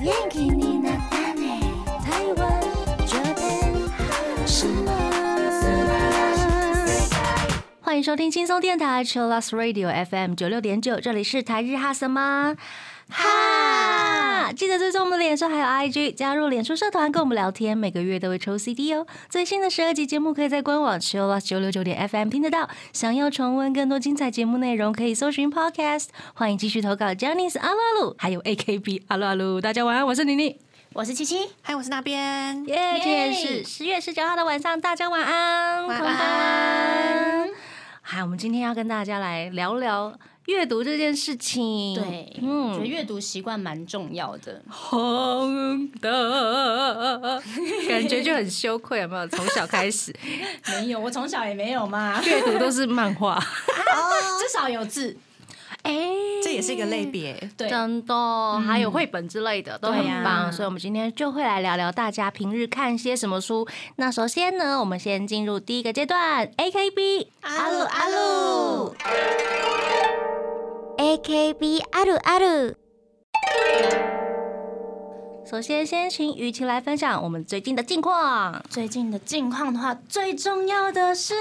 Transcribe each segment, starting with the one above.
元気になったね台湾这边什么欢迎收听轻松电台 Chillus Radio FM 九六点九，这里是台日哈什么哈。记得追踪我们的脸书还有 IG，加入脸书社团跟我们聊天，每个月都会抽 CD 哦。最新的十二集节目可以在官网 Chillus 九六九点 FM 听得到。想要重温更多精彩节目内容，可以搜寻 Podcast。欢迎继续投稿 j a n i c e 阿鲁阿鲁，还有 AKB 阿鲁阿鲁。大家晚安，我是妮妮。我是七七，嗨，我是那边。耶、今天是十月十九号的晚上，大家晚安，晚空班安。好，我们今天要跟大家来聊聊阅读这件事情。对，我觉得嗯，阅读习惯蛮重要的。红的， 感觉就很羞愧，有没有？从小开始 没有，我从小也没有 嘛，阅读都是漫画，至少有字。哎、这也是一个类别，对，真的，还有绘本之类的都很对呀棒，所以我们今天就会来聊聊大家平日看些什么书。那首先呢，我们先进入第一个阶段，A K B 阿鲁阿鲁 AKB あるある首先，先请雨晴来分享我们最近的近况。最近的近况的话，最重要的是，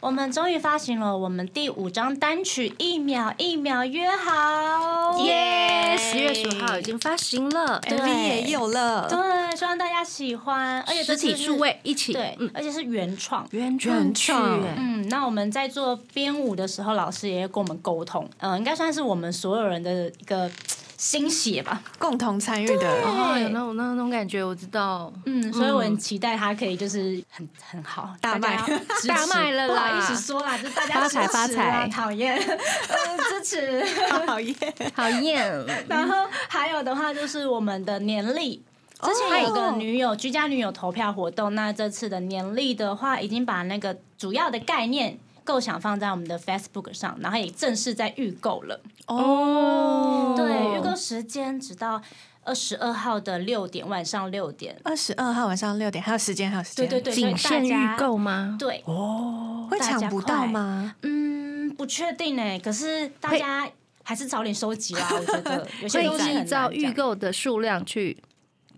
我们终于发行了我们第五张单曲《一秒一秒约好》，耶！十月十五号已经发行了，对 MV 也有了，对，希望大家喜欢，而且这实次体是数位一起，对，嗯，而且是原创。原创曲，曲哎嗯，那我们在做编舞的时候，老师也跟我们沟通，嗯、应该算是我们所有人的一个心血吧。共同参与的哦，有那种那种感觉，我知道。嗯，所以我很期待他可以就是很很好大卖 大家要 支持大卖了不啦好意思说 啦，就是大家发财支持啦啊发财讨厌、 呃支持。讨厌。讨厌， 然后还有的话就是我们的年历。之前有个女友居家女友投票活动，那这次的年历的话，已经把那个主要的概念构想放在我们的 Facebook 上，然后也正式在预购了。哦对，预购时间直到二十二号的六点，晚上六点。二十二号晚上六点，还有时间，还有时对间，对对，仅限所以大家预。购吗？对，会抢不到 吗？嗯，不确定呢、可是大会家还是早点收集啦，我觉得有些会东西依很照难预讲。购的数量去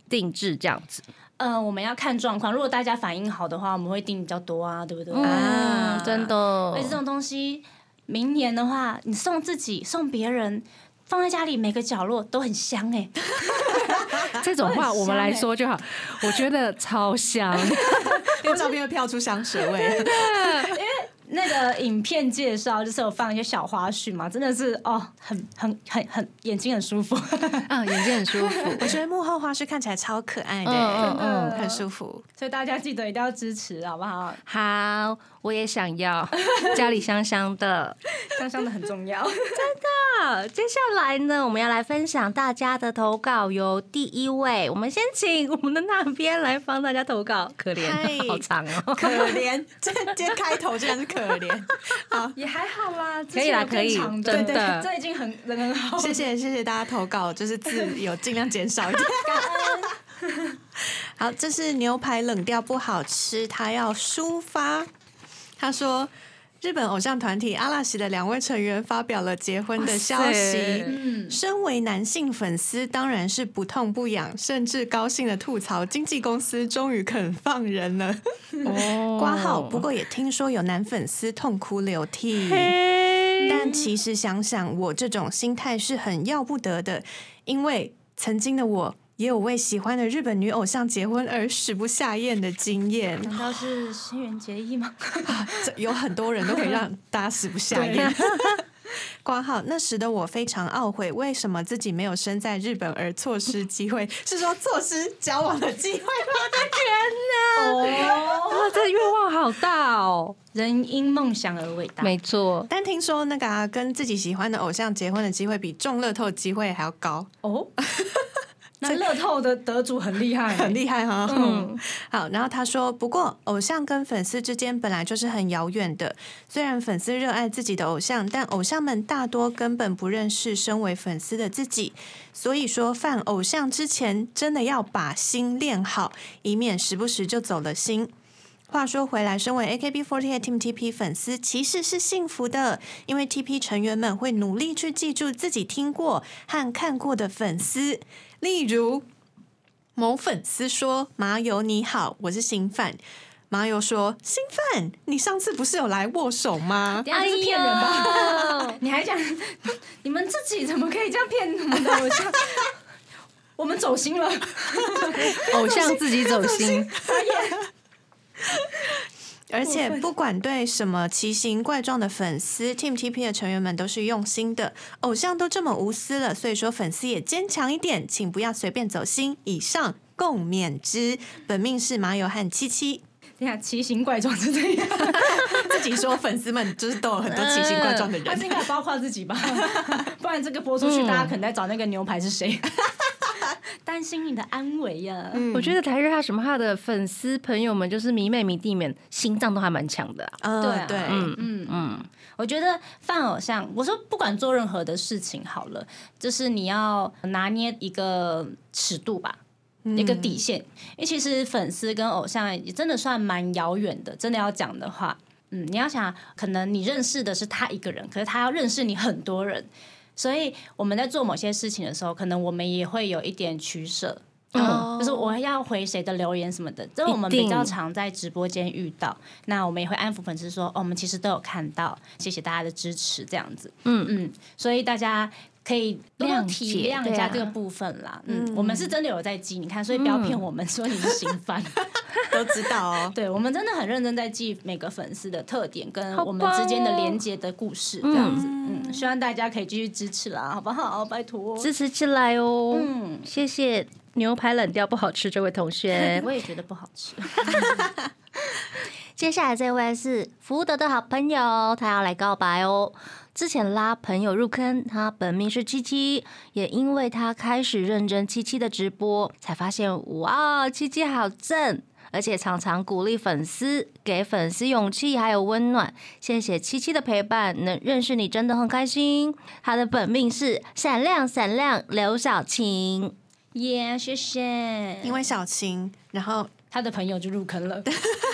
定制这样子。呃，我们要看状况，如果大家反应好的话，我们会订比较多啊，对不对？嗯，真的而且，这种东西，明年的话，你送自己、送别人，放在家里每个角落都很香哎、这种话很我们来香欸说就好。我觉得超 香，因为照片会飘出香水 味，那个影片介绍就是有放一些小花絮嘛，真的是哦，很很很很眼睛很舒服。 嗯，眼睛很舒服。我觉得幕后花絮看起来超可爱的，欸嗯嗯嗯很舒服。所以大家记得一定要支持，好不好？ 好，我也想 要，家里香香的。香香的很重要。好，接下来呢，我们要来分享大家的投稿哟。第一位，我们先请我们的那边来帮大家投稿，可怜嗨，好长哦。可怜， 这今天开头竟然是可 怜，好， 也还好啦，可以啦可以之前有更长真对的对这已经很人很 好。谢谢谢谢大家投稿，就是字有尽量减少一 点。好，这是牛排冷掉不好吃，他要抒发。他说，日本偶像团体阿拉西的两位成员发表了结婚的消哇塞 息。嗯，身为男性粉丝，当然是不痛不痒，甚至高兴的吐槽经纪公司终于肯放人了。哦 挂号，不过也听说有男粉丝痛哭流涕。但其实想想，我这种心态是很要不得的，因为曾经的我也有为喜欢的日本女偶像结婚而食不下咽的经验，难道是新垣结衣吗？ 这有很多人都可以让大家食不下 咽。挂号，那时的我非常懊悔，为什么自己没有身在日本而错失机 会？是说错失交往的机会吗？ 哦，哇，啊这愿望好大哦。人因梦想而伟大。 没错，但听说那个、啊、跟自己喜欢的偶像结婚的机会比中乐透的机会还要高。哦， 那乐透的得主很厉 害，很厉害哈、嗯嗯， 好，然后他说，不过偶像跟粉丝之间本来就是很遥远的。虽然粉丝热爱自己的偶像，但偶像们大多根本不认识身为粉丝的自己。所以说，犯偶像之前，真的要把心练好，以免时不时就走了心。话说回来，身为 AKB48 Team TP 粉丝，其实是幸福的，因为 TP 成员们会努力去记住自己听过和看过的粉丝，例如某粉丝说：“麻油你好，我是新范。”麻油说：“新范，你上次不是有来握手吗？”等一下这是骗人吧？ 你还讲你们自己怎么可以这样骗我们的偶像？我们走心了，偶像自己走心，而且不管对什么奇形怪状的粉丝，Team TP 的成员们都是用心的。偶像都这么无私了，所以说粉丝也坚强一点，请不要随便走心。以上共勉之。本命是麻油和七七， 等一下奇形怪状是这样，自己说粉丝们就是都有很多奇形怪状的 他是人。应该包括自己吧？不然这个播出去，大家可能在找那个牛排是谁，担心你的安危啊呀。我觉得台日哈什么哈的粉丝朋友们，就是迷妹迷弟们，心脏都还蛮强的、啊。嗯，对啊对，嗯嗯嗯，我觉得犯偶像，我说不管做任何的事情好了，就是你要拿捏一个尺度吧。一个底线，因为其实粉丝跟偶像也真的算蛮遥远的。真的要讲的话，嗯，你要想，可能你认识的是他一个人，可是他要认识你很多人，所以我们在做某些事情的时候，可能我们也会有一点取舍。嗯嗯，就是我要回谁的留言什么的，这我们一定比较常在直播间遇到。那我们也会安抚粉丝说，哦，我们其实都有看到，谢谢大家的支持，这样子。嗯嗯嗯，所以大家可以多谅解体谅对一下啊这个部分啦。嗯，我们是真的有在记，你看，所以不要骗我们说你是新 番。都知道哦。对，我们真的很认真在记每个粉丝的特点跟好我们之间的棒哦连接的故事，这样子。嗯，希望大家可以继续支持啦，好不好？拜托。支持起来哦！嗯谢谢牛排冷掉不好吃这位同 学。我也觉得不好 吃。接下来这位是福德的好朋友，他要来告白哦。之前拉朋友入坑，他本命是七七，也因为他开始认真七七的直播，才发现哇，七七好正，而且常常鼓励粉丝，给粉丝勇气还有温暖。谢谢七七的陪伴，能认识你真的很开心。他的本命是闪亮闪亮刘晓晴。耶、谢谢。因为小晴，然后他的朋友就入坑 了。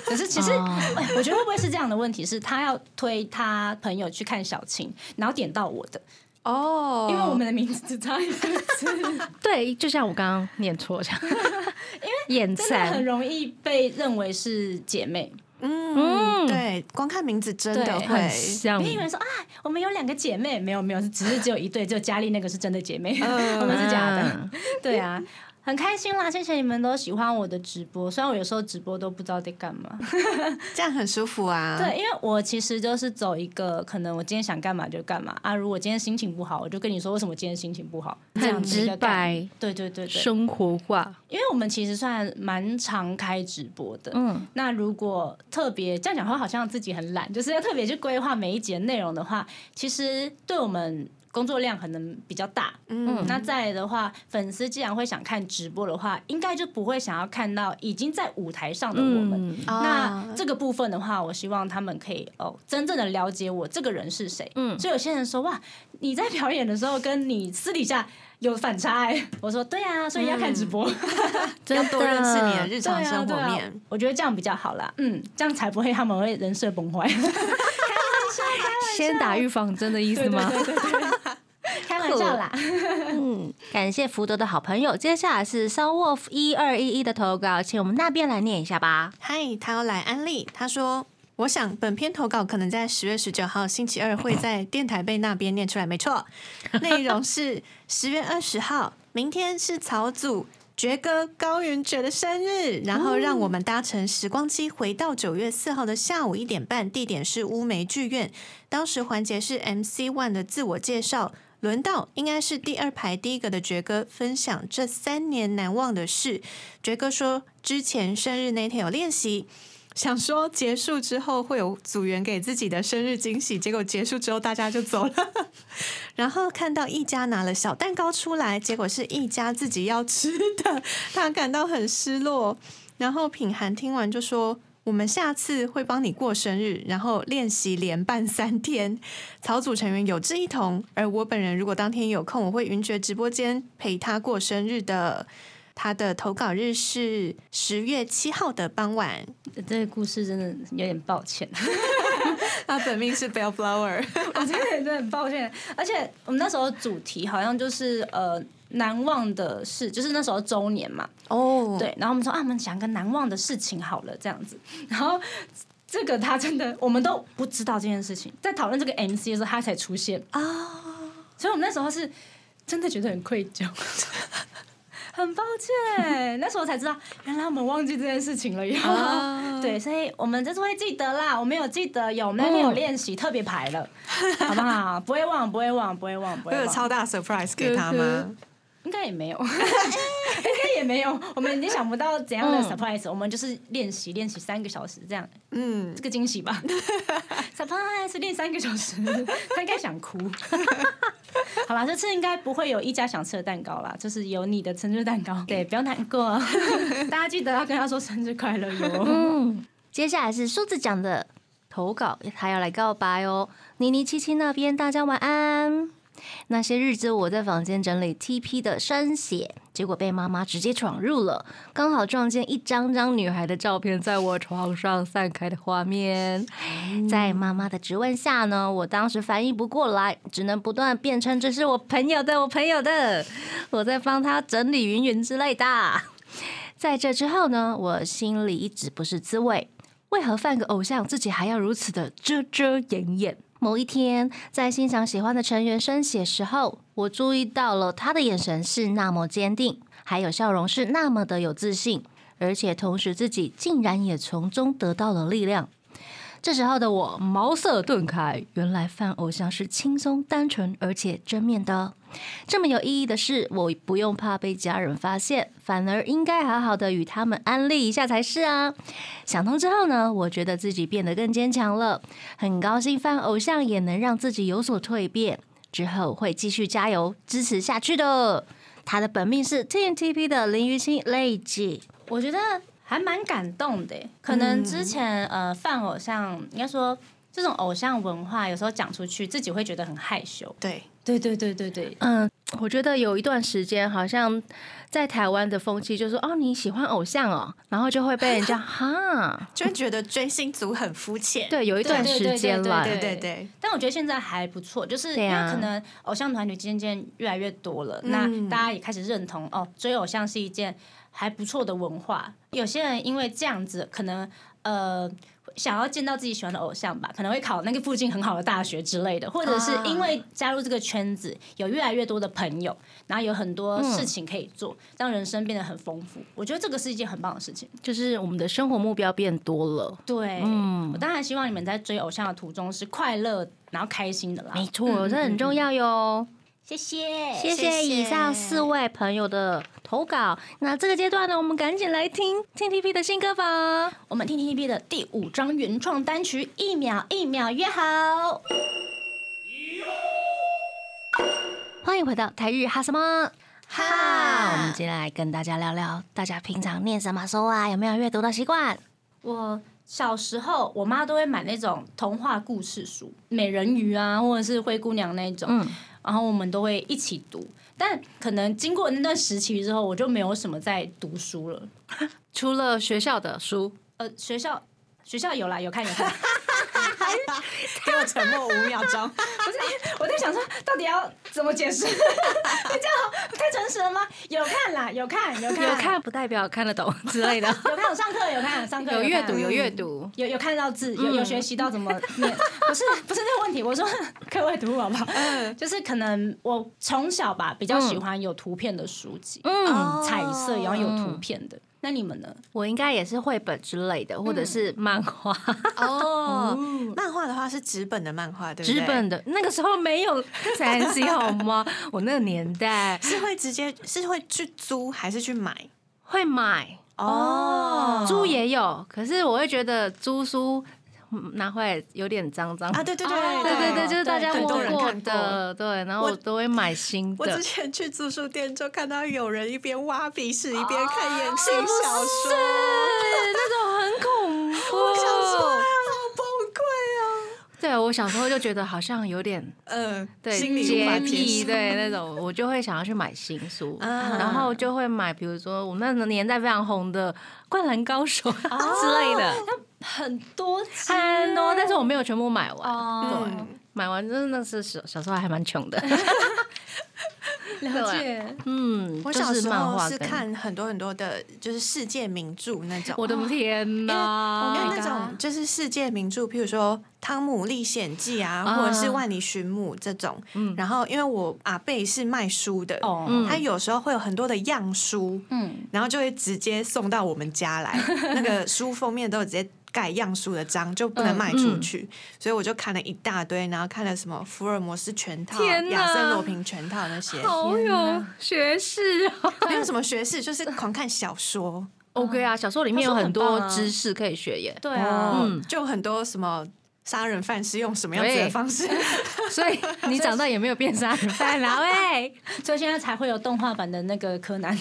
可是其实、哎我觉得会不会是这样的问题？是他要推他朋友去看小青，然后点到我的，哦，因为我们的名字只差一个字，对，就像我刚刚念错 这样，因为眼真的很馋，容易被认为是姐妹。嗯，对，光看名字真的对会很。像别以为说啊，我们有两个姐妹，没有没有，是只是只有一对，只有佳丽那个是真的姐妹，嗯我们是假的。 嗯对啊，很开心啦，谢谢你们都喜欢我的直播，虽然我有时候直播都不知道在干嘛。这样很舒服 啊。对，因为我其实就是走一个，可能我今天想干嘛就干嘛啊。如果今天心情不好，我就跟你说为什么今天心情不好，这样很子一直个概念。白，对对对对，生活化。因为我们其实算蛮常开直播的。嗯，那如果特别这样讲话，好像自己很懒，就是要特别去规划每一节内容的话，其实对我们工作量可能比较大。嗯那再来的话，粉丝既然会想看直播的话，应该就不会想要看到已经在舞台上的我们。嗯那啊这个部分的话，我希望他们可以哦，真正的了解我这个人是谁。嗯所以有些人说哇，你在表演的时候跟你私底下有反差、欸。我说对啊，所以要看直播，要多认识你的日对啊常生活对啊面。我觉得这样比较好啦。嗯，这样才不会他们会人设崩坏。 先打预防针的意思吗？ 开玩笑啦，嗯，感谢福德的好朋友。接下来是 s o w o l f 一二一一的投稿，请我们那边来念一下吧。嗨，他要来安利。他说：“我想本篇投稿可能在十月十九号星期二会在电台被那边念出来，没错。内容是十月二十号，明天是草组。”爵哥高云爵的生日，然后让我们搭乘时光机回到九月四号的下午一点半，地点是乌梅剧院。当时环节是 MC One 的自我介绍，轮到应该是第二排第一个的爵哥分享这三年难忘的事。爵哥说，之前生日那天有练习，想说结束之后会有组员给自己的生日惊喜，结果结束之后大家就走了。 然后看到一家拿了小蛋糕出来，结果是一家自己要吃的，他感到很失落。然后品涵听完就说：“我们下次会帮你过生日，然后练习连办三天。”草组成员有志一同，而我本人如果当天有空，我会云爵直播间陪他过生日的。他的投稿日是十月七号的傍晚。 这个故事真的有点抱歉， 他本命是 Bellflower， 我真的真的很抱歉。而且我们那时候主题好像就是呃难忘的事，就是那时候周年嘛， 哦，对。然后我们说啊，我们讲个难忘的事情好了，这样子。然后这个他真的我们都不知道这件事情，在讨论这个 MC 的时候他才出现哦啊，所以我们那时候是真的觉得很愧疚。 很抱歉，那时候才知道，原来我们忘记这件事情了呀。哦 对，所以我们这次会记得啦。我们有记得，有我们那哦天有练习特别排了，好不好？不会忘，不会忘，不会忘，不我 会有超忘。大 surprise 给他哥吗？嗯应该也没有，应 该也没有。我们已经想不到怎样的 surprise，我们就是练习练习三个小时这样，嗯，这个惊喜吧。surprise 练三个小时，他应该想哭。 好啦，这次应该不会有一家想吃的蛋糕啦，就是有你的生日蛋糕。对，不要难过，大家记得要跟他说生日快乐哟。嗯，接下来是数字讲的投稿，他要来告白哦。妮妮七七那边，大家晚安。那些日子我在房间整理 TP 的生写，结果被妈妈直接闯入了，刚好撞见一张张女孩的照片在我床上散开的画面。在妈妈的质问下呢，我当时翻译不过来，只能不断辩称这是我朋友的，我朋友的，我在帮他整理云云之类的。在这之后呢，我心里一直不是滋味。为何犯个偶像，自己还要如此的遮遮掩掩？某一天，在欣赏喜欢的成员生写时候，我注意到了他的眼神是那么坚定，还有笑容是那么的有自信，而且同时自己竟然也从中得到了力量。这时候的我茅塞顿开，原来犯偶像是轻松、单纯而且正面的。这么有意义的事，我不用怕被家人发现，反而应该好好的与他们安利一下才是啊。想通之后呢，我觉得自己变得更坚强了，很高兴犯偶像也能让自己有所蜕变，之后会继续加油支持下去的。他的本命是 TNTP 的林于清泪姐，我觉得还蛮感动的耶，可能之前呃犯偶像，应该说这种偶像文化，有时候讲出去自己会觉得很害羞。对，对对对对对，嗯，我觉得有一段时间好像在台湾的风气就是哦你喜欢偶像哦，然后就会被人家 哈，就觉得追星族很肤浅。对，有一段时间了，对对对，但我觉得现在还不错，就是因对为啊可能偶像团体渐渐越来越多了，嗯那大家也开始认同哦，追偶像是一件还不错的文化。有些人因为这样子，可能呃。想要见到自己喜欢的偶像吧，可能会考那个附近很好的大学之类的，或者是因啊为加入这个圈子，有越来越多的朋友，然后有很多事嗯情可以做，让人生变得很丰富。我觉得这个是一件很棒的事情。就是我们的生活目标变多了。对，嗯我当然希望你们在追偶像的途中是快乐，然后开心的啦。没错，这很重要哟。谢谢，谢谢以上四位朋友的投稿。那这个阶段呢，我们赶紧来听 T T P 的新歌吧。我们 T T B 的第五张原创单曲《一秒一秒约好》。欢迎回到台日哈什么哈哈，我们接下来跟大家聊聊，大家平常念什么书啊？有没有阅读的习惯？我小时候，我妈都会买那种童话故事书，美人鱼啊，或者是灰姑娘那种，嗯然后我们都会一起读。但可能经过那段时期之后，我就没有什么在读书了。除了学校的书，呃，学校学校有啦，有看有看。给我沉默五秒钟。不是， 我在想说，到底要怎么解释？ 你这样太诚实了吗？有看啦，有看，有看，有看不代表看得 懂之类的，有看，有上课有看，上课有阅看读有嗯阅读。有有看到字，有有学习到怎么念，不是不是那个问题，我说课外读物好不好？嗯就是可能我从小吧比较喜欢有图片的书籍，嗯，哦彩色然后有图片的。那你们呢？我应该也是绘本之类的，或者是漫画、哦， 漫画的话是纸本的漫画，对不纸对？本的。那个时候没有 三 C 好吗？我那个年代是会直接是会去租还是去买？会买，哦租也有，可是我会觉得租书嗯拿回来有点脏脏。啊，对对对哦对对对，就是大家对摸很多人过看的，对，然后我我都会买新我的之。前去租书店就看到有人一边挖鼻屎一边哦看言情小说，对，那种很恐怖。哦我想说哎呀好崩溃啊！对我小时候就觉得好像有点呃，对心里无法洁接癖，受对那种，我就会想要去买新书，啊然后就会买，比如说我们那个年代非常红的《灌篮高手》之类的，很多集很多，但是我没有全部买完，哦，买完真的是小小时候还蛮穷 的，了解。嗯，我就小时是漫候画是跟，看很多很多的，就是世界名著那种。我的天我哪没有！那种就是世界名著，譬如说《汤姆历险记》啊，啊或者是《万里寻母》这种。然后因为我阿贝是卖书的，哦嗯他有时候会有很多的样书，嗯，然后就会直接送到我们 家来，那个书封面都有直接。盖样书的章就不能嗯卖出去，所以我就看了一大堆，然后看了什么福尔摩斯全套、啊天哪亚森罗平全套那些，好有学识啊 没有什么学士，就是狂看小说。 ！OK 啊，小说里面有小说很很多棒啊知识可以学耶，对啊，嗯，就很多什么杀人犯是用什么样子的对方式，所以你长大也没有变杀人犯啦喂。所以现在才会有动画版的那个柯南。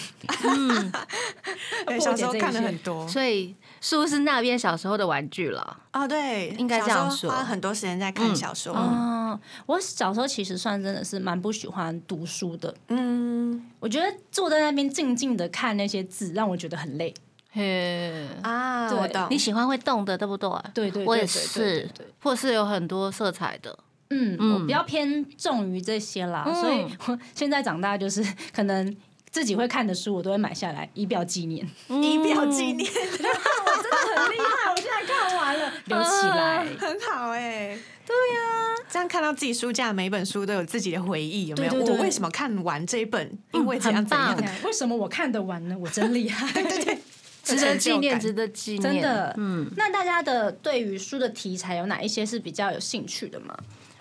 对，破小解时候这一看了切很 多所以是不是那边小时候的玩具了？哦，对，应该小这样时候说嗯花很多时间在看小说，哦，我小时候其实算真的是蛮不喜欢读书的。嗯我觉得坐在那边静静的看那些字，让我觉得很累。嘿，啊，对我懂，你喜欢会动的，对不对？对对对我也对对是对对，或是有很多色彩的。嗯，我比较偏重于这些啦，嗯所以我现在长大就是可能自己会看的书，我都会买下来以表纪 念。仪表纪嗯念 我真的很厉害，我现在看完了，嗯留起来。 很好哎、 对呀、这样看到自己书架每一本书都有自己的回忆，有没有？对对对我为什么看完这一本？因为怎嗯样很怎样棒？为什么我看得完呢？我真厉害，值得纪念，成就感值得纪念，真的。嗯，那大家的对于书的题材有哪一些是比较有兴趣的吗？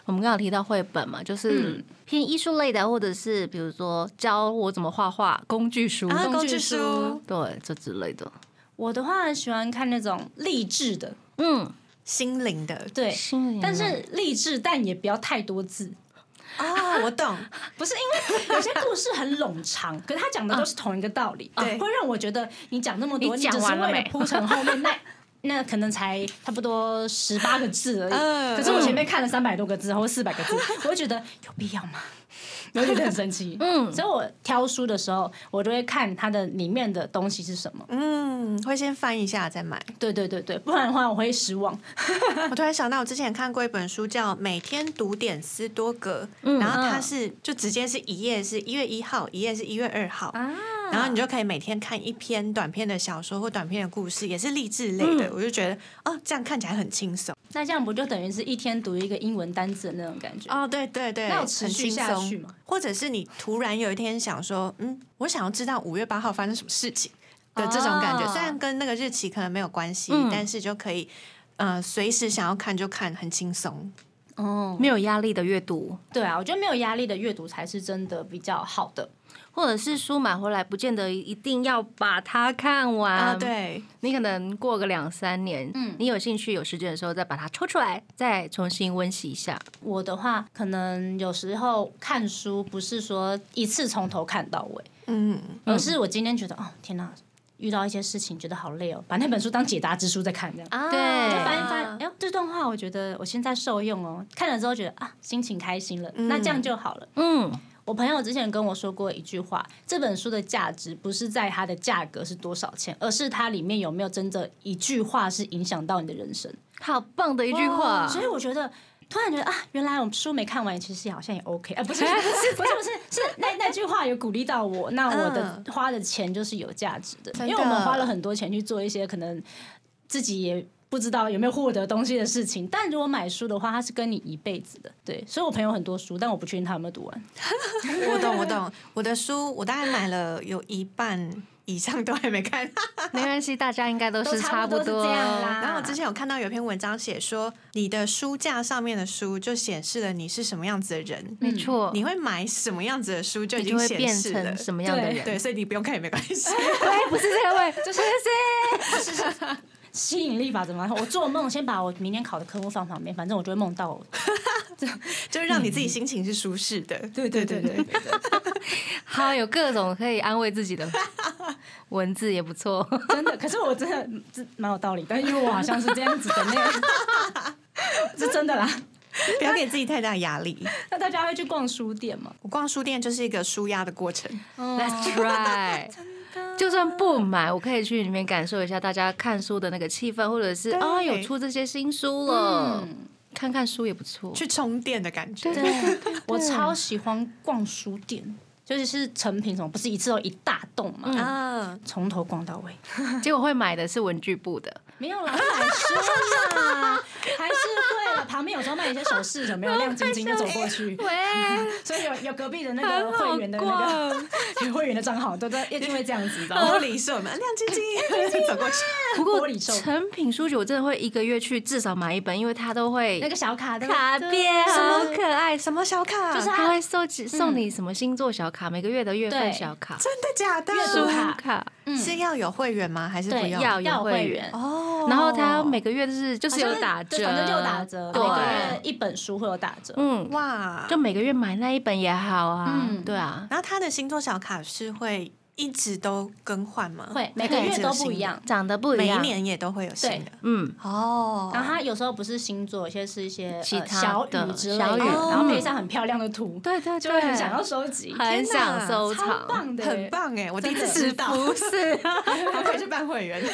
我们刚刚有提到绘本嘛，就是偏艺术类的，或者是比如说教我怎么画画工具书，啊，工工具具书书、对这之类的。我的话很喜欢看那种励志的，嗯，心灵的对，心灵但是励志，但也不要太多字。啊，我懂，不是因为有些故事很冗长，可是他讲的都是同一个道理，对会让我觉得你讲那么多，你你只讲是完了为没了铺成后面那那可能才差不多十八个字而已。嗯可是我前面看了三百多个字或四百个字，我就觉得有必要吗？我就觉得很神奇。嗯，所以我挑书的时候，我就会看它的里面的东西是什么。嗯，会先翻一下再买。对对对对，不然的话我会失望。我突然想到，我之前看过一本书叫《每天读点斯多格》，然后它是就直接是一页是一月一号，一页是一月二号，然后你就可以每天看一篇短篇的小说或短篇的故事，也是励志类的。我就觉得哦，这样看起来很轻松。那这样不就等于是一天读一个英文单字的那种感觉？哦，对对对，那有很持续轻下去松吗。或者是你突然有一天想说，嗯，我想要知道五月八号发生什么事情的这种感觉，哦虽然跟那个日期可能没有关系，但是就可以。呃，随时想要看就看，很轻松。哦，没有压力的阅读，对啊，我觉得没有压力的阅读才是真的比较好的。或者是书买回来，不见得一定要把它看完啊，对，你可能过个两三年，嗯你有兴趣、有时间的时候再把它抽出来，再重新温习一下。我的话，可能有时候看书不是说一次从头看到尾，嗯，而是我今天觉得哦，天哪，遇到一些事情觉得好累哦，把那本书当解答之书在看这样。啊就对翻一翻，哎呦，这段话我觉得我现在受用哦。看了之后觉得啊，心情开心了，那这样就好了。嗯，我朋友之前跟我说过一句话：这本书的价值不是在它的价格是多少钱，而是它里面有没有真的一句话是影响到你的人生。好棒的一句话。哦所以我觉得。突然觉得啊，原来我们书没看完，其实好像也 OK 啊，不 是不是不是不是是那那句话有鼓励到我，那我的花的钱就是有价值的，真的因为我们花了很多钱去做一些可能自己也不知道有没有获得东西的事情，但如果买书的话，它是跟你一辈子的，对，所以我朋友很多书，但我不确定他有没有 读完，我懂，我懂。我的书我大概买了有一半以上都还 没看。没关系，大家应该都都是差差不不多是多这样啦然后我之前有看到有篇文章写说，你的书架上面的书就显示了你是什么样子的人，没错，你会买什么样子的书就已你就经会显变示了成。什么样的人？对，所以你不用看也没关系。喂， 不是这个位，就是吸引力法则嘛，我做梦先把我明天考的科目放旁边，反正我就会梦到我，就是让你自己心情是舒适的。对对对对，好有各种可以安慰自己的文字也不错。真的，可是我真的这蛮有道理，但因为我好像是这样子的那样。是真的啦。不要给自己太大压力。 那大家会去逛书店吗？我逛书店就是一个舒压的过程。 Let's try。就算不买，我可以去里面感受一下大家看书的那个气氛，或者是对啊、有出这些新书了，嗯看看书也不错。去充电的感觉。对，我超喜欢逛书店，就是是成品什么，不是一次都一大栋嘛，啊啊，从头逛到尾。 结果会买的是文具部的，没有啦，买书啦，还是会啦。旁边有时候卖一些首饰，有没有亮晶晶就走过 去？喂，所以有有隔壁的那很个好会员的那 逛。个会员的账号，都在因为这样子，知 道玻吗？璃社啊嘛，亮晶晶，亮晶晶走过去。不过玻璃兽成品书局我真的会一个月去至少买一本，因为它都会那个小卡的卡片，好可爱，什么小卡？就是嗯它会收集送你什么星座小卡，每个月的月份对小卡、真的假的？阅书读卡卡，是要有会员吗？还是不嗯对要有要会会员员。哦然后它每个月就是就是有打折，反正就有打折，每个对月，一本书会有打折。嗯，哇，就每个月买那一本也好啊，嗯对啊，然后他的星座小卡是会一直都更换吗？会每个月都不一样，长得不一每一样，年也都会有新的。嗯，哦然后它有时候不是星座，有些是一些其呃他小的雨之类小的，雨然后配上很漂亮的图，对对对，就会很想要收集，很想收超藏，棒的，欸很，棒哎，我第一次是知道，不是？我可以去办会员。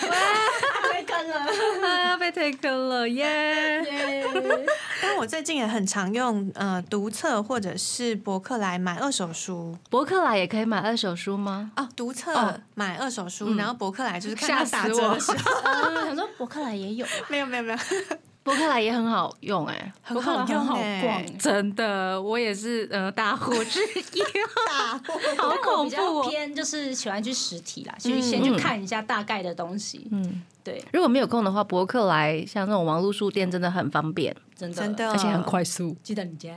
太跟了。啊， 被推坑了耶！嗯但我最近也很常用呃读册或者是博客来买二手书博客来也可以买二手书吗？哦，读册哦买二手书，然后博客来就是看吓它死打折我的时候， 嗯想说博客来也有啊，没有没有没有，博客来也很欸好用哎，很博客来好很用好哎逛，。真的，我也是呃大火之一， 好但我恐比怖较哦。偏就是喜欢去实体啦，去先去看一下大概的东西。嗯，对， 如果没有空的话，博客来像那种网络书店真的很方便，真的真的，而且很快速。记得你家。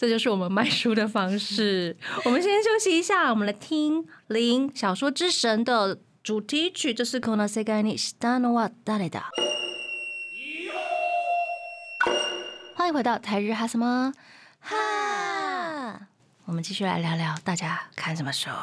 这就是我们卖书的方式。我们先休息一下，我们来听《零小说之神》的主题曲，这是《この世界にしたのは誰だ》。欢迎回到台日哈什么哈，我们继续来聊聊大家看什么书。哦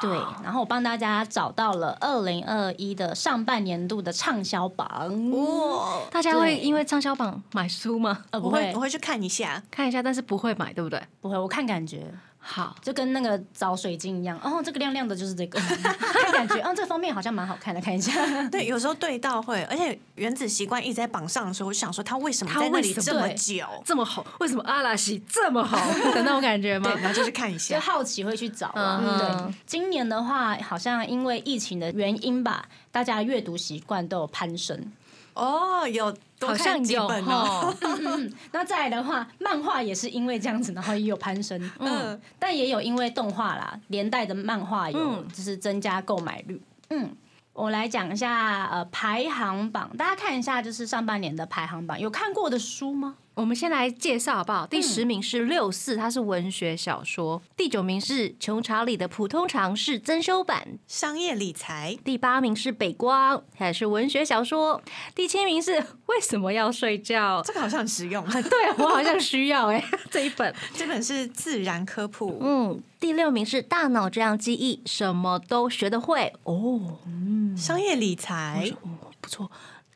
对，然后我帮大家找到了二零二一的上半年度的畅销榜。哇，大家会对因为畅销榜买书吗？呃，我不会会我，会去看一下，看一下，但是不会买，对不对？不会，我看感觉。好，就跟那个找水晶一样，哦，这个亮亮的就是这 个，看感觉，哦，这封面好像蛮好看的，看一下。嗯对，有时候对到会，而且原子习惯一直在榜上的时候，我就想说他为什么他在那为里什么这么对久？这么好，为什么阿拉西这 么好的那种感觉吗对，？然后就去看 一 就下。好奇会去找、啊。嗯对，今年的话，好像因为疫情的原因吧，大家的阅读习惯都有攀升。哦，有多好看像几有本哦。哦，那再来的话，漫画也是因为这样子，然后也有攀升。嗯，嗯，但也有因为动画啦，连带的漫画有嗯就是增加购买率。嗯，我来讲一下呃排行榜，大家看一下就是上半年的排行榜，有看过的书吗？我们先来介绍好不好？第十名是六四，它是文学小说；第九名是《穷查理的普通常识》增修版；商业理财，第八名是《北光》，它也是文学小说；第七名是《为什么要睡 觉》这个好像很实 用。对我好像需要哎、这一本。这本是自然科普，嗯，第六名是《大脑这样记忆，什么都学得会》哦，商业理财，不错。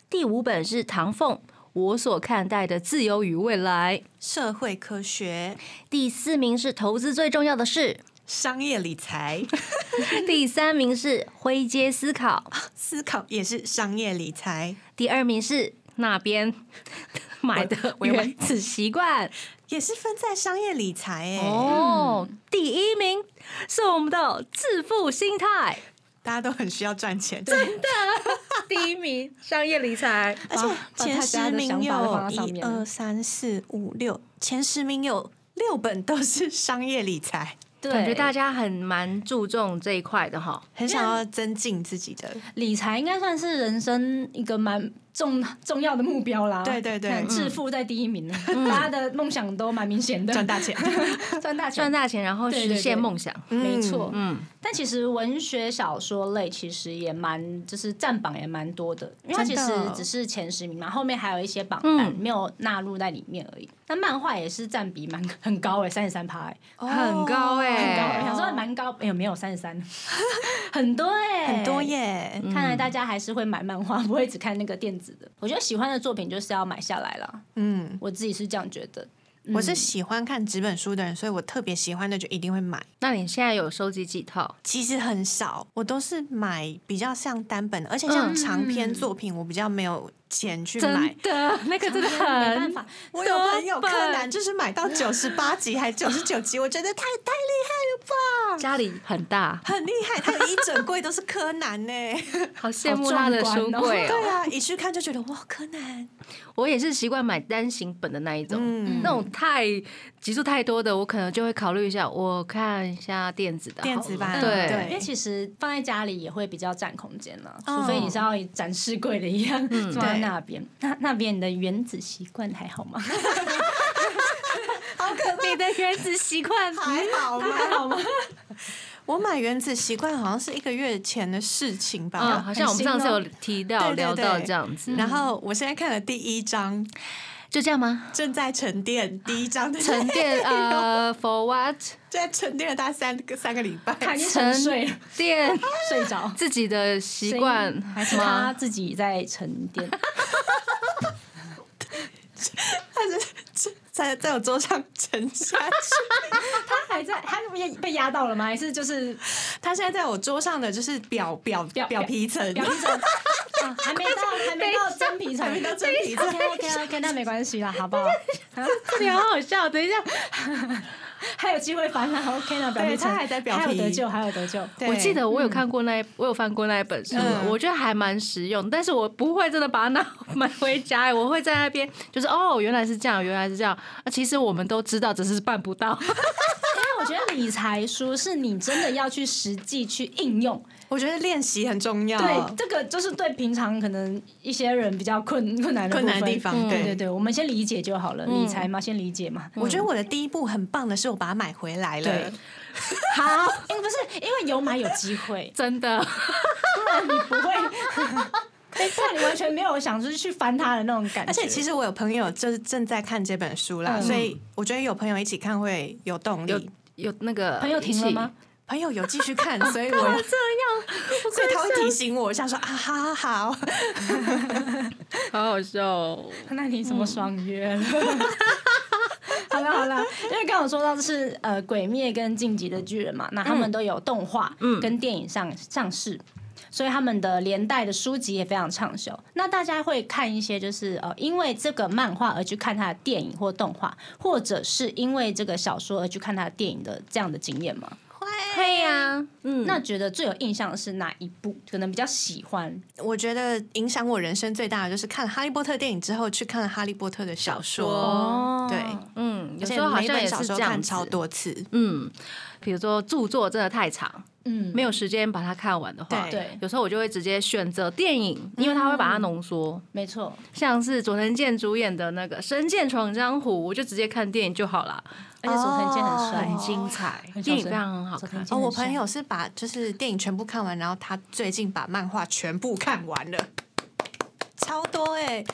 第五本是唐凤，《我所看待的自由与未来》。社会科学，第四名是《投资最重要的事商业 理财，》，第三名是《灰阶思考》。思考也是商业理财，第二名是那边买的我有买原子习惯也是分在商业理财哎、哦，第一名是我们的致富心态，大家都很需要赚钱，对，第一名商业理财，而且前十名把大家的想法都放有在上一面二三四五六，前十名有六本都是商业理财，对感觉大家很蛮注重这一块的哈。 很想要增进自己 的，理财应该算是人生一个蛮重重要的目标啦。对对对嗯看致富在第一名呢，大家的梦想都蛮明显的，赚大 钱， 赚赚大钱。大钱，然后对对实对现梦想。没错，嗯，但其实文学小说类其实也蛮，就是占榜也蛮多的，因为它真其的实只是前十名嘛，后面还有一些榜单、嗯没有纳入在里面而已。那漫画也是占比蛮很高诶、欸，三十三趴诶，很高哎很高欸、哦想说蛮高，哎呦，没有三十三， 很多哎、很多。耶。嗯看来大家还是会买漫画，不会只看那个电子的。我觉得喜欢的作品就是要买下来啦，嗯，我自己是这样觉得。我是喜欢看纸本书的人，所以我特别喜欢的就一定会买。那你现在有收集几套？其实很少，我都是买比较像单本的，而且像长篇作品，我比较没有钱去买。的，那个真的没办很法，我有朋友多本柯啊南就是买 到九十八集还九十九集，我觉得太太厉害了吧，家里很大，很厉害，他有一整柜都是柯南呢、好羡慕他的书好壮观柜哦。对啊，一去看就觉得哇，柯南，我也是习惯买单行本的那一种，嗯那种太集数太多的，我可能就会考虑一下，我看一下电子的好了电子版对。对因为其实放在家里也会比较占空间了，哦除非你是要展示柜的一样放在对那边。那那边你的原子习惯还好吗？好可你的原子习惯还好吗？还好吗？ 我买《原子习惯》好像是一个月前的事情吧。嗯，好像我们上次有提到对对聊哦对到这样子，然后我现在看了第一章，就这样吗？正在沉淀第一章的沉 淀呃，for what？在沉淀了大概三个三个礼拜。他已经沉沉睡了，淀睡着。自己的习惯还是他吗？自己在沉淀？在在我桌上沉下去。 他还在，他被被压到了吗？还是就是他现在在我桌上的就是表表表表皮层，表 皮层、啊、还没到，还没到真皮层，还没到真皮层 OK OK OK，那没关系啦，好不 好？啊这里好好笑，等一下，还有机会翻啦，OK 那表皮对层他还在表皮还有得救，还有得救。对我记得我有看过那一，我有翻过那一本书，嗯我觉得还蛮实用，但是我不会真的把它拿 买回家，我会在那边就是哦，原来是这样，原来是这样。啊，其实我们都知道，只是办不到。 因为我觉得理财书是你真的要去实际去应用，我觉得练习很重要。对，这个就是对平常可能一些人比较困困难的困难的部分地方嗯对嗯对对对，我们先理解就好了，理财嘛，先理解嘛。我觉嗯得我的第一步很棒的是我把它买回来了对。好，因为不是因为有买有机会，真的，不然你不会， 不然你完全没有想就是去翻它的那种感觉。而且其实实我有朋友就是正在看这本书啦，嗯所以我觉得有朋友一起看会有动有力。有那个朋友停了吗？朋友有继 续看，所以我这样，所以他会提醒我，我想说啊，好好好，一起？好好笑哦。那你怎么爽约了？ 好了好了，因为刚刚有说到就是呃，《鬼灭》跟《晋级的巨人》嘛，那他们都有动画嗯跟电影上上市，所以他们的连带的书籍也非常畅销。那大家会看一些就是呃，因为这个漫画而去看他的电影或动画，或者是因为这个小说而去看他的电影的这样的经验吗？对哎呀，嗯，那觉得最有印象的是哪一部？可能比较喜欢我觉得影响我人生最大的就是看了《哈利波特》电影之后，去看了《哈利波特》的小说，哦对嗯，有而且时候好每像本也小是说这样看子超。多次。嗯，比如说著作真的太长，嗯，没有时间把它看完的话，对嗯对，有时候我就会直接选择电影，因为它会把它浓缩。没错，像是佐藤健主演的那个《神剑闯江湖》，我就直接看电影就好了，而且佐藤健很帅，哦很精彩，很小电影声非常很好佐藤看。健哦，很我帅朋友是把就是电影全部看完，然后他最近把漫画全部看完了，超多哎、欸！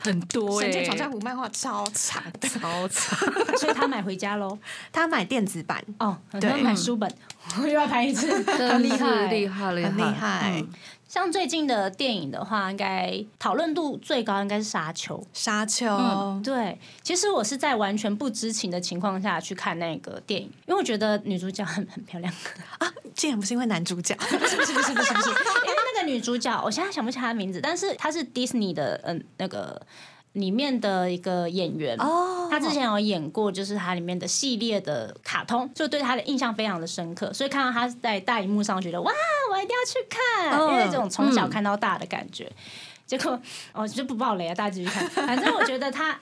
很多《哎、神剑欸，闯江湖》漫画超长的，超长，所以他买回家喽。他买电子版，哦，很对多买书本，我嗯 又要拍一次，很厉害，厉。害，厉害，很厉害。 嗯像最近的电影的话，应该讨论度最高应该是《沙丘》。沙丘，嗯对，其实我是在完全不知情的情况下去看那个电影，因为我觉得女主角很很漂亮。 啊竟然不是因为男主 角，是不是不是不是不是，因为那个女主角，我现在想不起她的名字，但是她是 Disney 的，嗯、那个里面的一个演员哦她之前有演过，就是它里面的系列的卡通，就对她的印象非常的深刻，所以看到她在大荧幕上，觉得哇，我一定要去看，嗯因为这种从小看到大的感觉。结果哦，就不爆雷啊，大家继续看。反正我觉得她。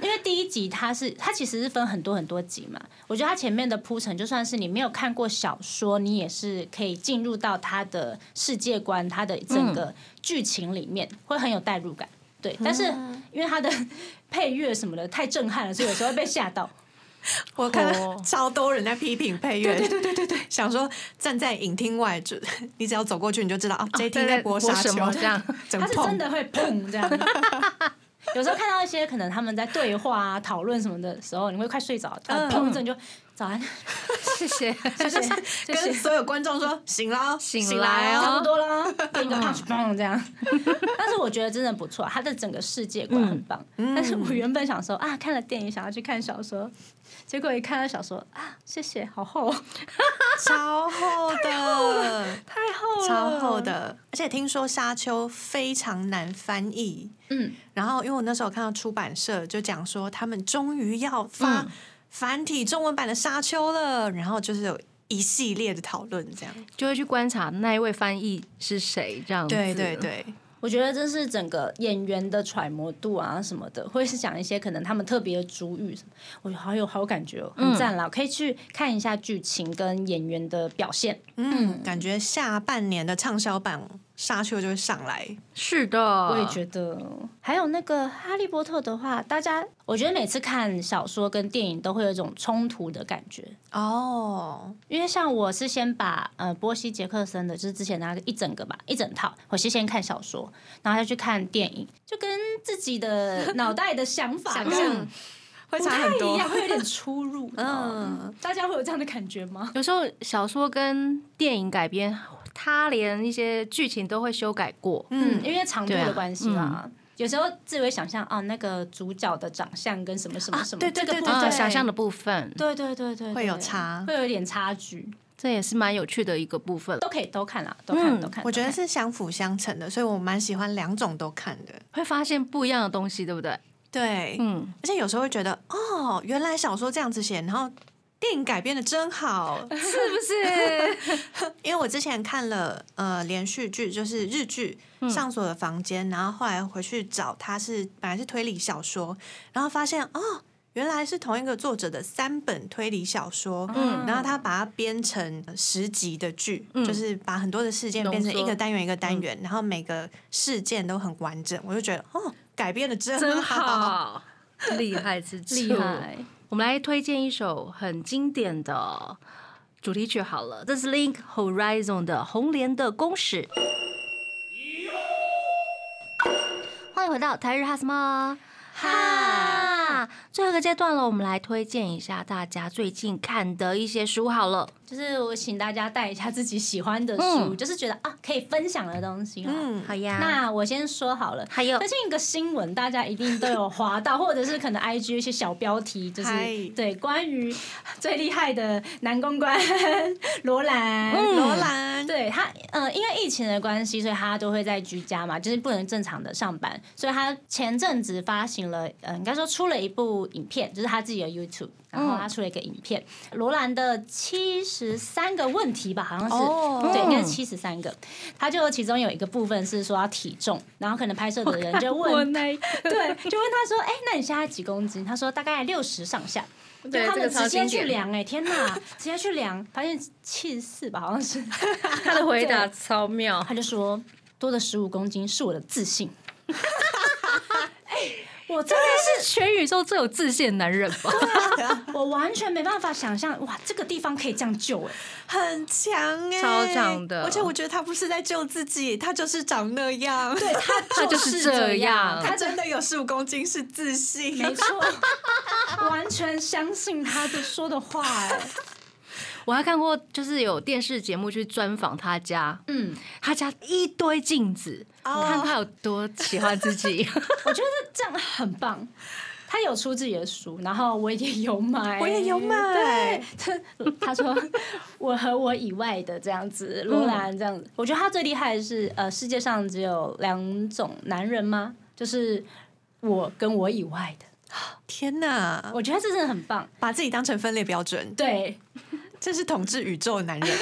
因为第一集它是它其实是分很多很多集嘛，我觉得它前面的铺陈，就算是你没有看过小说，你也是可以进入到它的世界观、它的整个剧情里面，会很有代入感。对，但是因为它的 配乐什么的太震撼了，所以有时候会被吓到。我看到超多人在批评配乐，对对对对对，想说站在影厅外，就你只要走过去你就知道啊，这一厅在播播沙什丘么这样， 整它是 碰真的会砰这样。有时候看到一些可能他们在对话啊、讨论什么的时候，你会快睡着，突然砰一阵就早安，谢谢，嗯 就是就是跟所有观众说醒 啦，醒来来哦差不多啦，给你个 punch bang 这 样。但是我觉得真的不错，它的整个世界观很棒。嗯但是我原本想说啊，看了电影想要去看小说，结果一看到小说啊，谢谢，好厚，超厚 的，太厚了，超厚。的，而且听说《沙丘》非常难翻译。嗯，然后因为我那时候看到出版社就讲说，他们终于要发嗯繁体中文版的《沙丘》了，然后就是有一系列的讨论，这样。就会去观察那一位翻译是谁，这样子。对对，对，我觉得这是整个演员的揣摩度啊什么的，或者是讲一些可能他们特别的主语什么，我好有好有感觉哦，很赞啦！可以去看一下剧情跟演员的表现。嗯，感觉下半年的畅销榜《沙丘》就会上来。是的，我我也觉得，还有那个《哈利波特》的话，大家我觉得每次看小说跟电影都会有一种冲突的感觉，哦，因为像我是先把呃波西·杰克森的，就是之前那个一整个吧，一整套，我是先看小说，然后再去看电影，就跟自己的脑袋的想法想跟象会不差太很一多样，。会有点出入。嗯，嗯，大家会有这样的感觉吗？有时候小说跟电影改编，它连一些剧情都会修改过。嗯，因为长度对啊的关系啦。嗯有时候自己会想象啊，那个主角的长相跟什么什么什么，啊对对这个对部对啊，分对想象的部分，对对对对，会有对差会有一点差距，这也是蛮有趣的一个部分，都可以都看啦，都看都看。嗯我觉得都看是相辅相成的，所以我蛮喜欢两种都看的。会发现不一样的东西，对不对？对，嗯，而且有时候会觉得，哦，原来小说这样子写，然后电影改编的真好。 是不 是？因为我之前看了呃连续剧，就是日剧嗯《上锁的房间》，然后后来回去找它是本来是推理小说，然后发现哦，原来是同一个作者的三本推理小说，嗯然后他把它编成十集的剧，就是把很多的事件浓变成一缩嗯个单元一个单元，然后每个事件都很完整，我就觉得哦，改编的真真好好，厉害之处，厉害。我们来推荐一首很经典的主题曲好了，这是 Link Horizon 的《红莲的公使》。欢迎回到台日哈什么哈？最后一个阶段了，我们来推荐一下大家最近看的一些书好了。就是我请大家带一下自己喜欢的书，嗯就是觉得啊可以分享的东西啦。啊嗯，好呀，那我先说好了，还有最近一个新闻，大家一定都有划到，或者是可能 IG 一些小标题，就是嗨对关于最厉害的男公关罗兰。嗯 罗兰对他，呃，因为疫情的关系，所以他都会在居家嘛，就是不能正常的上班，所以他前阵子发行了，呃，应该说出了一部影片，就是他自己的 YouTube，然后他嗯出了一个影片，罗兰的七十三个问题吧，好像是，哦对，嗯应该是七十三个，他就其中有一个部分是说要体重，然后可能拍摄的人就我问，那对，就问他说，哎、那你现在几公斤？他说大概六十上下。对他这个们超直接经去典量哎、天哪！直接去量，发现七十四吧，好像是。 他的回答超妙，他就说多的十五公斤是我的自信。 哎，我真的 是全宇宙最有自信的男人吧？是，我完全没办法想象，哇，这个地方可以这样救哎、很强哎、超强的而且我觉得他不是在救自己，他就是长那样。 对他 就是这样，他真的有十五公斤是自信，没错， 完全相信他的说的话哎、我还看过，就是有电视节目去专访他家，嗯，他家一堆镜子，哦看他有多喜欢自 己。我觉得这样很棒。他有出自己的书，然后我也有买，我也有买。他说我和我以外的这样子，罗兰这样子，我觉得他最厉害的是，呃，世界上只有两种男人吗？就是我跟我以外的，天哪，我觉得这真的很棒。把自己当成分类标准，对，这是统治宇宙的男人。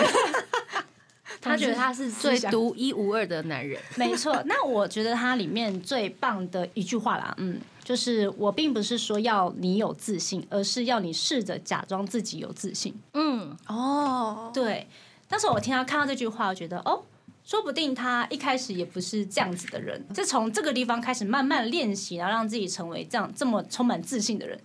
他觉得他是最思 想独一无二的男 人。没错。那我觉得它里面最棒的一句话啦，嗯，就是我并不是说要你有自信，而是要你试着假装自己有自信。嗯， 哦，对，但是我听到看到这句话，我觉得哦，说不定他一开始也不是这样子的人，是从这个地方开始慢慢练习，然后让自己成为这样这么充满自信的人。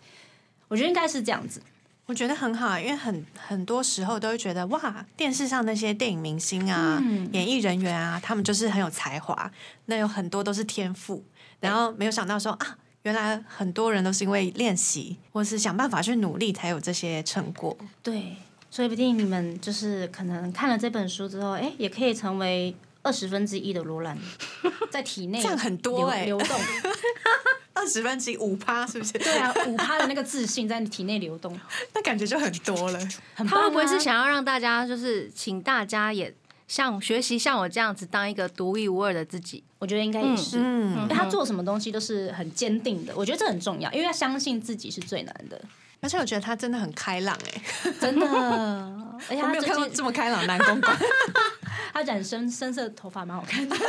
我觉得应该是这样子，我觉得很好，啊因为很很多时候都会觉得哇，电视上那些电影明星啊、演艺人员啊，他们就是很有才华，那有很多都是天赋，然后没有想到说啊，原来很多人都是因为练习或是想办法去努力才有这些成果。对，说不定你们就是可能看了这本书之后，哎，也可以成为二十分之一的罗兰，在体内这样很多流欸流动。二十分之一五趴是不是？对啊，五趴的那个自信在你体内流动， 那感觉就很多了。很棒、他啊。会不会是想要让大家，就是请大家也像学习像我这样子，当一个独一无二的自己？我觉得应该也是，嗯因为他做什么东西都是很坚定的，我觉得这很重要，因为要相信自己是最难的， 而且我觉得他真的很开朗哎、真的。而且我他没有看过最这近么开朗的男公关。他染深深色头发蛮好看的，谢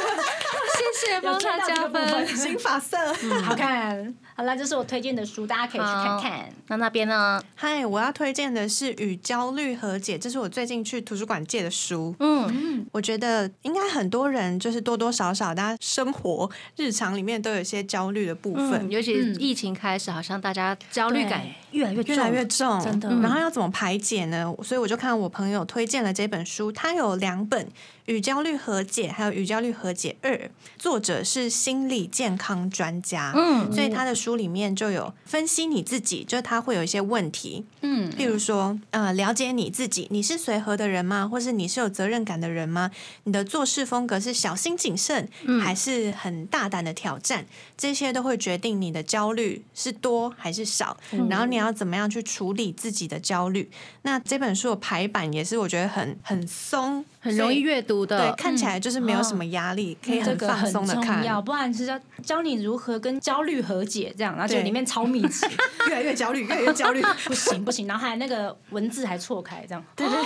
谢帮他加分。 新发色。好看。好啦，这是我推荐的书，大家可以去看看。那那边呢？嗨，我要推荐的是《与焦虑和解》，这是我最近去图书馆借的书。嗯，我觉得应该很多人就是多多少少，大家生活日常里面都有一些焦虑的部分，嗯尤其疫情开始，好像大家焦虑感越来越重越来越重，真的嗯然后要怎么排解呢？所以我就看我朋友推荐了这本书，它有两本《与焦虑和解》还有《与焦虑和解二》，作者是心理健康专家。嗯所以他的书里面就有分析你自己，就是他会有一些问题，嗯，譬如说，呃，了解你自己，你是随和的人吗？或是你是有责任感的人吗？你的做事风格是小心谨慎，嗯还是很大胆的挑战？这些都会决定你的焦虑是多还是少，嗯然后你要怎么样去处理自己的焦虑。那这本书的排版也是我觉得很很松，很容易所以阅读对，的。看起来就是没有什么压力，可以嗯这很个放很松的看重，要，不然是要教你如何跟焦虑和解这样，而且对里面超密集， 越来越焦虑，越来越焦虑，不行不行，然后还那个文字还错开这样，对对，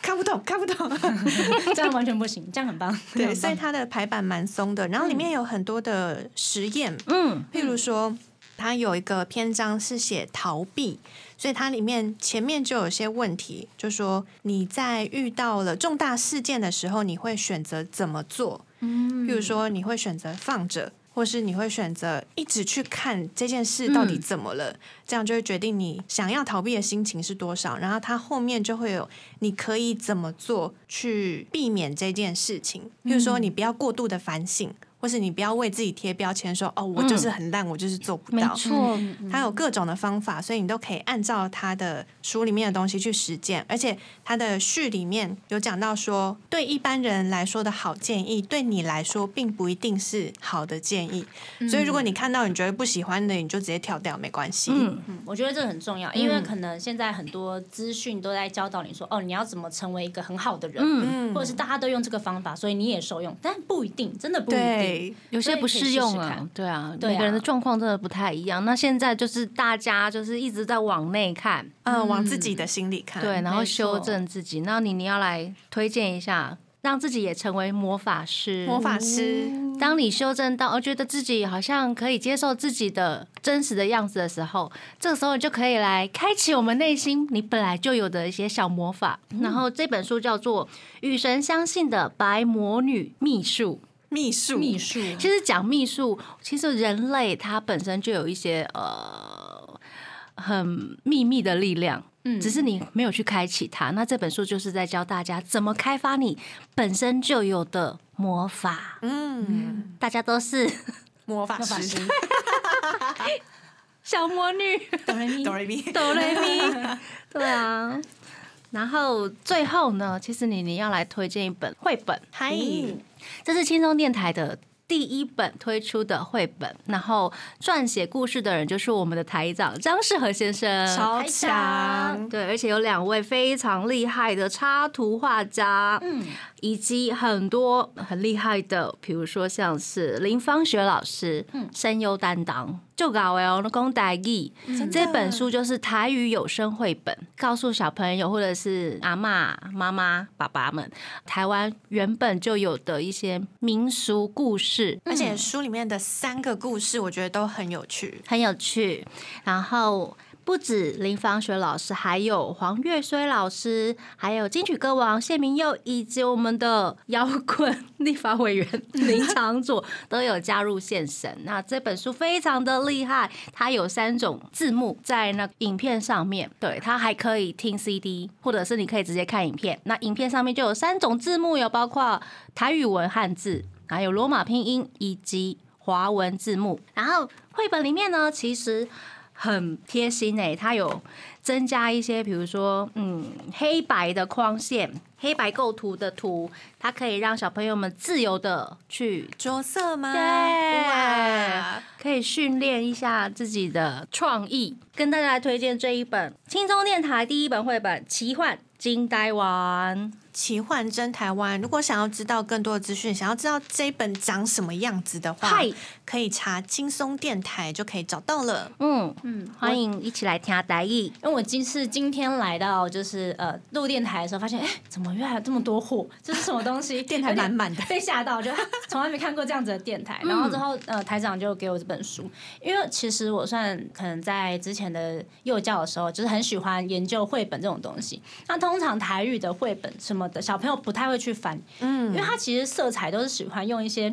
看不懂，看不懂。这样完全不行，这样很棒。这样 对，很所以棒它的排版蛮松的，然后里面有很多的实验，嗯，譬如说，它有一个篇章是写逃避，所以它里面前面就有些问题，就说你在遇到了重大事件的时候，你会选择怎么做？嗯，譬如说你会选择放着。或是你会选择一直去看这件事到嗯底怎么了，这样就会决定你想要逃避的心情是多少。然后它后面就会有你可以怎么做去避免这件事情，譬如说你嗯不要过度的反省，或是你不要为自己贴标签说哦我就是很烂，我就是做不嗯没到。错，它有各种的方法，所以你都可以按照它的书里面的东西去实践。而且它的序里面有讲到说，对一般人来说的好建议，对你来说并不一定是好的建议。所以如果你看到你觉得不喜欢的，你就直接跳掉，没关系。嗯，嗯我觉得这很重要，嗯因为可能现在很多资讯都在教导你说，哦，你要怎么成为一个很好的人，嗯或者是大家都用这个方法，所以你也受用，但不一定，真的不一定。对，有些不适所用以可以试试啊看，对啊，对啊每个人的状况真的不太一样。那现在就是大家就是一直在往内看，嗯，往自己的心里看。对，然后嗯没修错正自己。那你你要来推荐一下，让自己也成为魔法师。魔法师，当你修正到，而哦觉得自己好像可以接受自己的真实的样子的时候，这个时候你就可以来开启我们内心你本来就有的一些小魔法。嗯然后这本书叫做《与神相信的白魔女秘术》。秘术，秘术，其实讲秘术，其实人类它本身就有一些呃很秘密的力量，嗯只是你没有去开启它。那这本书就是在教大家怎么开发你本身就有的魔法。嗯，大家都是魔法法师 师，小魔女，哆来咪哆 瑞咪。哆来咪，对啊。然后最后呢，其实你你要来推荐一本绘本，嗯嗨，这是轻松电台的第一本推出的绘本，然后撰写故事的人就是我们的台长张世和先生，超嗨强，对，而且有两位非常厉害的插图画家，嗯，以及很多很厉害的，比如说像是林芳雪老师，嗯，声优担当。就搞哎哦，公台语这本书就是台语有声绘本，告诉小朋友或者是阿嬷、妈妈、爸爸们，台湾原本就有的一些民俗故事，而且书里面的三个故事，我觉得都很有趣。很有趣。然后不止林芳雪老师，还有黄岳虽老师，还有金曲歌王谢明佑，以及我们的摇滚立法委员林长佐都有加入现身。那这本书非常的厉害，它有三种字幕在那个影片上面，对，它还可以听 CD，或者是你可以直接看影片。那影片上面就有三种字幕，有包括台语文汉字，还有罗马拼音以及。华文字幕。然后绘本里面呢，其实很贴心诶、它有增加一些，比如说嗯黑白的框线、黑白构图的图，它可以让小朋友们自由的去着色吗？对哇，可以训练一下自己的创意。跟大家来推荐这一本轻松电台第一本绘本《奇幻金呆丸》。奇幻真台湾。如果想要知道更多的资讯，想要知道这一本长什么样子的话嗨，可以查轻松电台就可以找到了。嗯，嗯，欢迎一起来听台语。因为我今是今天来到就是呃录电台的时候，发现哎、怎么越来这么多货？这是什么东西？电台有点满满的 被吓到，就从来没看过这样子的电台。嗯然后之后呃台长就给我这本书，因为其实我算可能在之前的幼教的时候，就是很喜欢研究绘本这种东西。那通常台语的绘本什么的，小朋友不太会去翻，嗯，因为他其实色彩都是喜欢用一些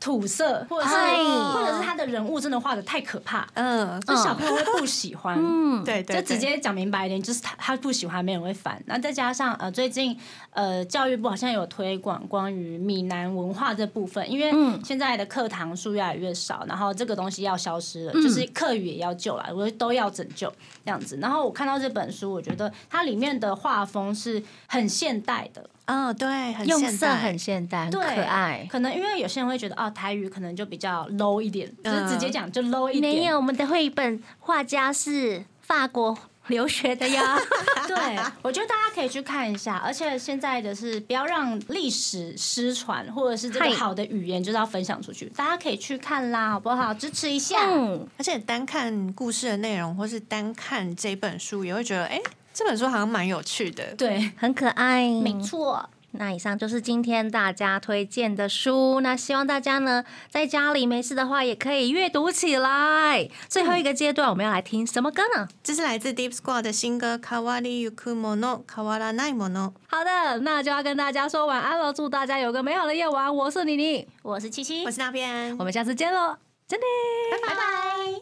土色，或者是嗨或者是他的人物真的画的太可怕，嗯，就小朋友会不喜欢。嗯，对对，就直接讲明白一点，就是他他不喜欢，没人会烦。那再加上呃，最近呃，教育部好像有推广关于闽南文化这部分，因为嗯现在的课堂数越来越少，然后这个东西要消嗯失了，就是课语也要救了，我觉得都要拯救这样子。然后我看到这本书，我觉得它里面的画风是很现代的，嗯，对，很用现色代 很现代，很可对爱。可能因为有些人会觉得哦，台语可能就比较 low 一点，就嗯是直接讲就 low 一点。没有，我们的绘本画家是法国留学的呀。对，我觉得大家可以去看一下，而且现在的是不要让历史失传，或者是这嗨个好的语言就是要分享出去，大家可以去看啦，好不好？支持一下。 嗯，而且单看故事的内容，或是单看这本书，也会觉得，哎、这本书好像蛮有趣的。对，很可爱。没错，那以上就是今天大家推荐的书，那希望大家呢在家里没事的话也可以阅读起来。最后一个阶段我们要来听什么歌呢？这是来自 Deep Squad 的新歌《卡哇里 y u k u Mono 卡哇拉奈 Mono》。好的，那就要跟大家说晚安了，祝大家有个美好的夜晚。我是妮妮，我是七七我，是那边我，们下次见喽，真的。拜拜。